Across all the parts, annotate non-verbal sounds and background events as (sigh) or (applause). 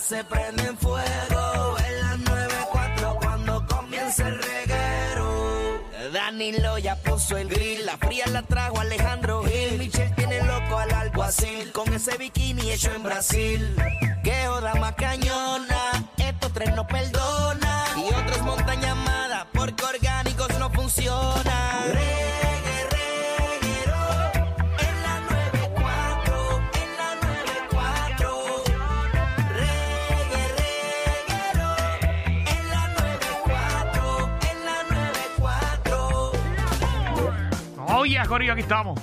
se prenden fuego. En las 9-4 cuando comienza el reguero. Danilo ya puso el grill, la fría la trajo Alejandro Gil. Michelle tiene loco al alguacil con ese bikini hecho en Brasil. Qué joda más cañona, estos tres no perdonan. Y otros montaña amada porque orgánicos no funcionan. Reggae, reguero, en la 94, en la 94. Reggae, reguero, en la 94, en la 94. Oye, Corillo, aquí estamos.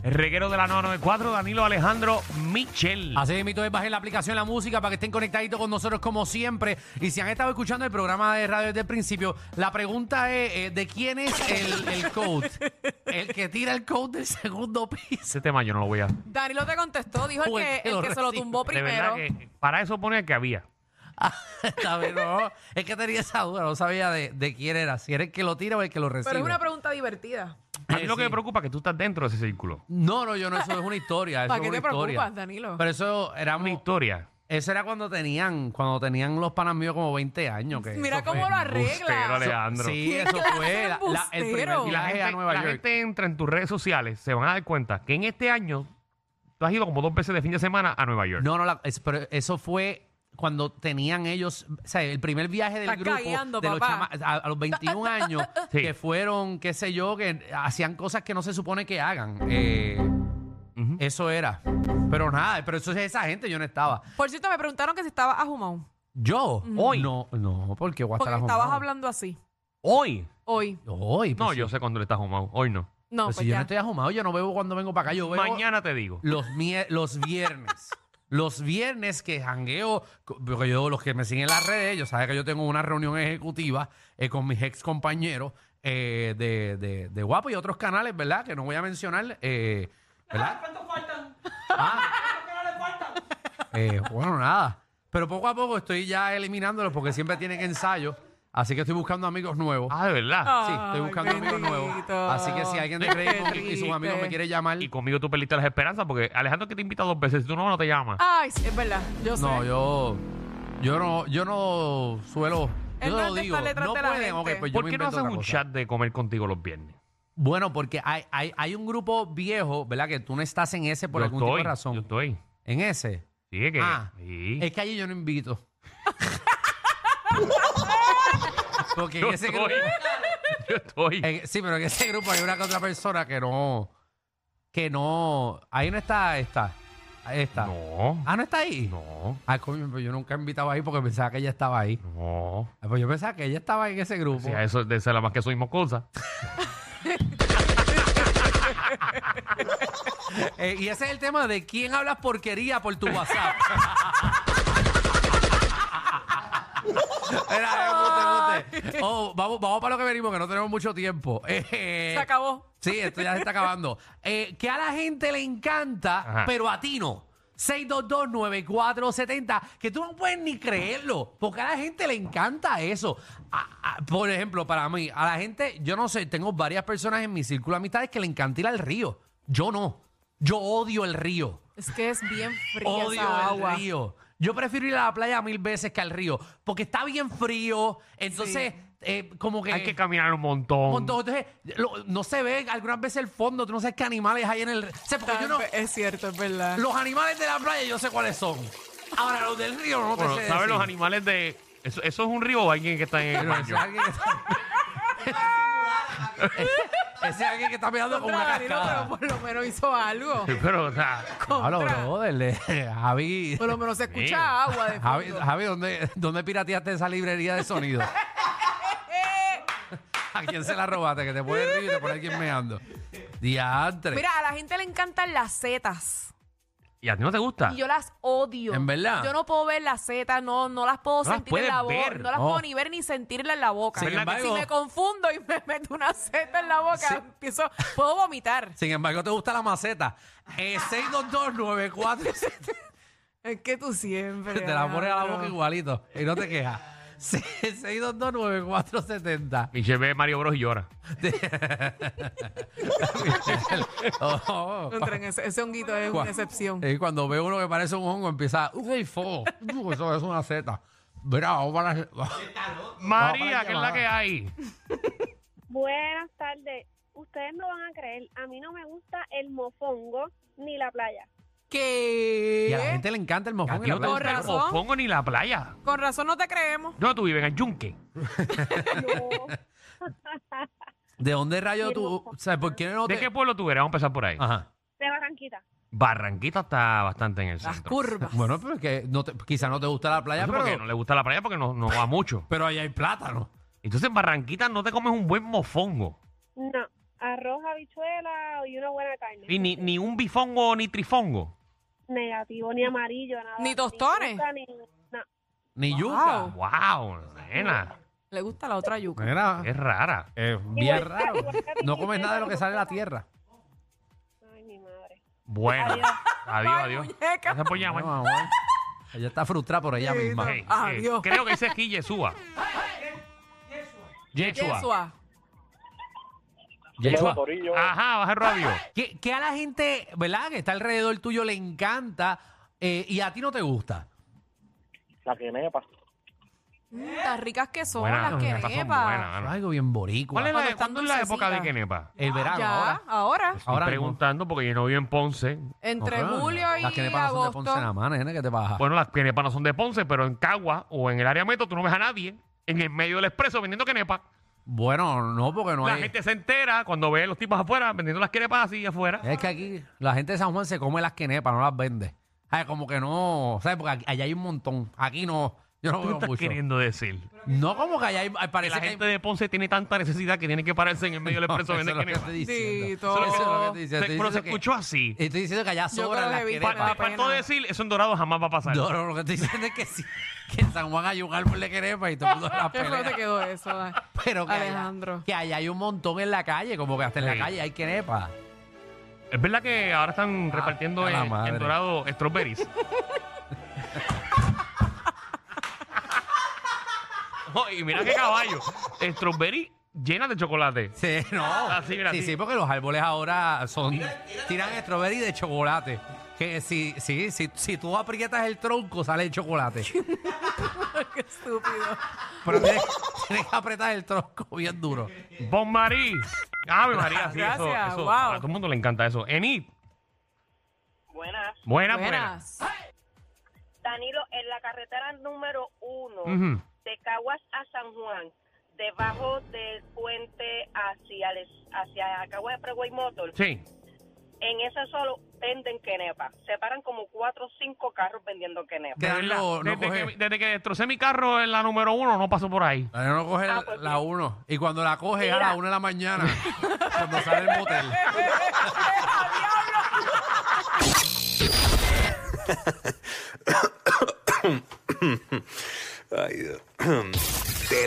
El reguero de la 994, Danilo Alejandro Michel. Así mismo es, bajen la aplicación La Música para que estén conectaditos con nosotros como siempre. Y si han estado escuchando el programa de radio desde el principio, la pregunta es, eh, ¿de quién es el, el coach? El que tira el coach del segundo piso. (laughs) Ese tema yo no lo voy a... Danilo te contestó, dijo el Uy, que, que el lo que se lo recibe. tumbó De verdad primero. que eh, para eso pone el que había. Ah, está bien, no, es que tenía esa duda, no sabía de, de quién era, si era el que lo tira o el que lo recibe. Pero es una pregunta divertida. A Eh, mí lo que sí. me preocupa es que tú estás dentro de ese círculo. No, no, yo no, eso es una historia. Eso ¿Para es qué una te historia. preocupas, Danilo? Pero eso era Una muy... historia. Eso era cuando tenían, cuando tenían los panas míos como 20 años. Que Mira eso cómo fue- lo arregla. Bustero, Alejandro. Sí, ¿Qué eso clase fue de la- la- el primer embustero? Y la, viaje gente, a Nueva la York. gente entra en tus redes sociales, se van a dar cuenta que en este año tú has ido como dos veces de fin de semana a Nueva York. No, no, la- es- pero eso fue cuando tenían ellos, o sea, el primer viaje del Estás grupo callando, de los papá. chama- a, a los 21 años (laughs) Sí. que fueron, qué sé yo, que hacían cosas que no se supone que hagan. Eh, Ujú. Eso era. Pero nada, pero eso es esa gente, yo no estaba. Por cierto, me preguntaron que si estabas ajumado. Yo, hoy. No, no, porque voy a Porque estar estabas ajumado. hablando así. Hoy. Hoy. Hoy. pues No, sí. yo sé cuándo le estás humado. Hoy no. No, Pero pues si yo ya. no estoy ajumado, yo no bebo cuando vengo para acá, yo bebo Mañana te digo. los, mie- los viernes. los viernes que jangueo, co- porque yo, los que me siguen en las redes, yo saben que yo tengo una reunión ejecutiva eh, con mis ex compañeros eh, de, de, de Guapo y otros canales, ¿verdad? Que no voy a mencionar. Eh, ¿Verdad? ¿Cuántos faltan? Eh, bueno, nada. Pero poco a poco estoy ya eliminándolos porque siempre tienen ensayos. Así que estoy buscando amigos nuevos. Ah, de verdad. Sí, estoy buscando Ay, amigos nuevos. bendito. Así que si alguien de Qué Credit Conmigo y sus triste. amigos me quiere llamar. Y conmigo tú perdiste las esperanzas porque Alejandro que te invita dos veces, tú no, no te llamas. Ay, sí, es verdad. Yo sé. No, yo, yo no, yo no suelo. Él Yo no no es lo de digo. estar detrás No de la pueden, gente. ok, pues yo ¿Por me qué no invento haces otra un cosa. chat de comer contigo los viernes? Bueno, porque hay, hay, hay un grupo viejo, ¿verdad? Que tú no estás en ese por Yo algún estoy, tipo de Yo razón. estoy. En ese. Sí, es que. Ah, sí. Es que allí yo no invito. (laughs) Porque yo, en ese estoy. grupo. yo estoy. en- sí, pero en ese grupo hay una que otra persona que no. Que no. Ahí no está esta. Esta. No, Ah, no está ahí. no, Ah, coño, pero yo nunca invitaba ahí porque pensaba que ella estaba ahí. no. Ah, Pues yo pensaba que ella estaba en ese grupo. Si a eso de esa es la más que soy mocosa. Eh, y ese es el tema de quién hablas porquería por tu WhatsApp. Era, embuste, embuste. Oh, vamos, vamos para lo que venimos, que no tenemos mucho tiempo. (laughs) Eh, Se acabó. Sí, esto ya se está acabando. Eh, que a la gente le encanta, Ajá. pero a ti no. 6229470, que tú no puedes ni creerlo, porque a la gente le encanta eso. A- a- por ejemplo, para mí, a la gente, yo no sé, tengo varias personas en mi círculo de amistades que le encanta ir al río. Yo no. Yo odio el río. Es que es bien fría Odio el esa agua. río. Yo prefiero ir a la playa mil veces que al río, porque está bien frío. Entonces, eh, como que... Hay que caminar un montón. Montón. Entonces, lo- no se ve algunas veces el fondo, tú no sabes qué animales hay en el. O sea, porque yo no- Es cierto, es verdad. los animales de la playa yo sé cuáles son. Ahora, los del río no te Bueno, sé ¿sabes decir. los animales de. ¿Eso, eso es un río o alguien que está en el Pero ese baño? es alguien que está. (laughs) ese es alguien que está mirando como una Contra Danilo, pero cascada. por lo menos hizo algo. Sí, Pero, o sea. Hablo, Contra. brother. eh, Javi, Por lo menos se Mío. escucha agua de fondo. Javi, Javi, ¿dónde, ¿dónde pirateaste esa librería de (laughs) sonido? ¿A quién se la robaste? Que te pone el río y te pone alguien meando. Diantre. Mira, a la gente le encantan las setas. ¿Y a ti no te gusta? Y yo las odio. Ah. ¿En verdad? Yo no puedo ver las setas, no, no las puedo No las sentir en la boca. puedes ver, no las no. puedo ni ver ni sentirla en la boca. Oh. Sin Porque embargo- si me confundo y (laughs) me meto una seta en la boca, Sí. empiezo, puedo vomitar. Sin embargo, te gusta la maceta. Eh, 6229470. Es que tú siempre. Te la pones a la Alejandro. boca igualito y no te quejas. 6229470. Michelle ve Mario Bros y llora. Oh, oh, Contra, en ese, ese honguito es Cuá- una excepción. Eh, cuando veo uno que parece un hongo, empieza. "Uy, fo, uh, Eso es una seta. Verá, vamos para la- María, para que es la llamada. que hay. Buenas tardes. Ustedes no van a creer, a mí no me gusta el mofongo ni la playa. Y a la ¿Qué? gente le encanta A el mojón. ti en la no te playa. Con gusta el razón. mofongo ni la playa. Con razón no te creemos. No, tú vives en el yunque. (laughs) No, ¿De dónde rayo Sí, tú? loco. ¿Sabes por qué no te.? ¿De qué pueblo tú eres? Vamos a empezar por ahí. Ajá. de Barranquita. Barranquita está bastante en el Las centro. curvas. Bueno, pero es que no te- quizá no te gusta la playa, Eso porque pero, no le gusta la playa porque no, no va mucho. pero allá hay plátano. Entonces en Barranquita no te comes un buen mofongo. No, arroz, habichuela y una buena carne. Y ni, ni un bifongo ni trifongo. Negativo, ni amarillo, nada. Ni tostones. yuca, ni- no. Ni Wow. yuca. ¡Wow! Nena, Le gusta la otra yuca. Mira, es rara. eh, bien Igual- raro. igual que a ti, No comes nada de lo que sale de la tierra. Ay, mi madre. Bueno. Adiós, adiós. muñeca. Gracias por llamar. Vamos, vamos. Ella está frustrada por ella misma. Hey, hey, Adiós. creo que ese es aquí Yeshua. Yeshua. Yeshua. Yeshua. Ajá, baja el radio. ¿Qué, qué a la gente, verdad, que está alrededor tuyo le encanta eh, y a ti no te gusta? La que nepa. Mm, tan ricas que son Buena, esas las que son buenas, nepa. mano. Algo bien boricua. ¿Cuál es Cuando la, están ¿cuándo es la época de dulcecitas. Kenepa? El verano Ya, ahora. ahora. Estoy Ahora mismo. preguntando porque yo no vivo en Ponce. Entre No, julio y Las que te pasan de Ponce en la agosto. mano, nena, que te pasa? Bueno, las Kenepas no son de Ponce, pero en Cagua o en el área metro tú no ves a nadie en el medio del expreso vendiendo Kenepa. Bueno, no, porque no la hay... gente se entera cuando ve a los tipos afuera vendiendo las Kenepas así afuera. Es que aquí la gente de San Juan se come las quenepas, no las vende. Ay, como que no, ¿sabes? Porque aquí- allá hay un montón. Aquí no, yo no ¿Qué veo estás mucho. queriendo decir? No como que allá hay, ay, Que parece la que gente de Ponce tiene tanta necesidad que tiene que pararse en el medio del (laughs) No, expreso a eso vender es lo que Kenepa. estoy diciendo. Dito. Eso es lo que estoy Se- diciendo. Pero Estoy se diciendo que- Eh, escuchó así. Estoy diciendo que allá Yo sobran creo las que vi Pa- Vale la pa- quenepas. pena. Faltó decir, eso en Dorado jamás va a pasar. No, no, lo que estoy diciendo es que sí, que en San Juan hay un árbol de quenepas y todo el mundo las (laughs) ¿Qué feo te pelea. quedó eso? ah. ay. Pero que allá, Alejandro. que allá hay un montón en la calle, como que hasta en la Sí. calle hay quenepas. Es verdad que ahora están repartiendo Ah, a la en, madre. en Dorado strawberries. (laughs) No, y mira qué caballo. Strawberry llena de chocolate. Sí, (laughs) no. Así, Ah, mira, sí, así. sí, porque los árboles ahora son. Tiran strawberry de chocolate. Que si, sí, si, si tú aprietas el tronco, sale el (laughs) chocolate. Qué estúpido. Pero tienes, tienes que apretar el tronco bien duro. Bon Marie. Ave María, sí, eso, Gracias, eso, wow. A todo el mundo le encanta eso. Enid. Buenas. Buena, buena. Buenas. Danilo, en la carretera número uno, Ujú. de Caguas a San Juan, debajo del puente hacia, el- hacia Caguas de Freeway Motor, Sí. en ese solo venden quenepa. Se paran como cuatro o cinco carros vendiendo quenepa. Que De verdad, no, no desde, que, coge, desde que destrocé mi carro en la número uno, no paso por ahí. Daniel no coge Ah, pues la sí. 1. Y cuando la coge es a Mira. las 1 de la mañana. cuando sale el motel. Ay, Dios. (clears throat) Te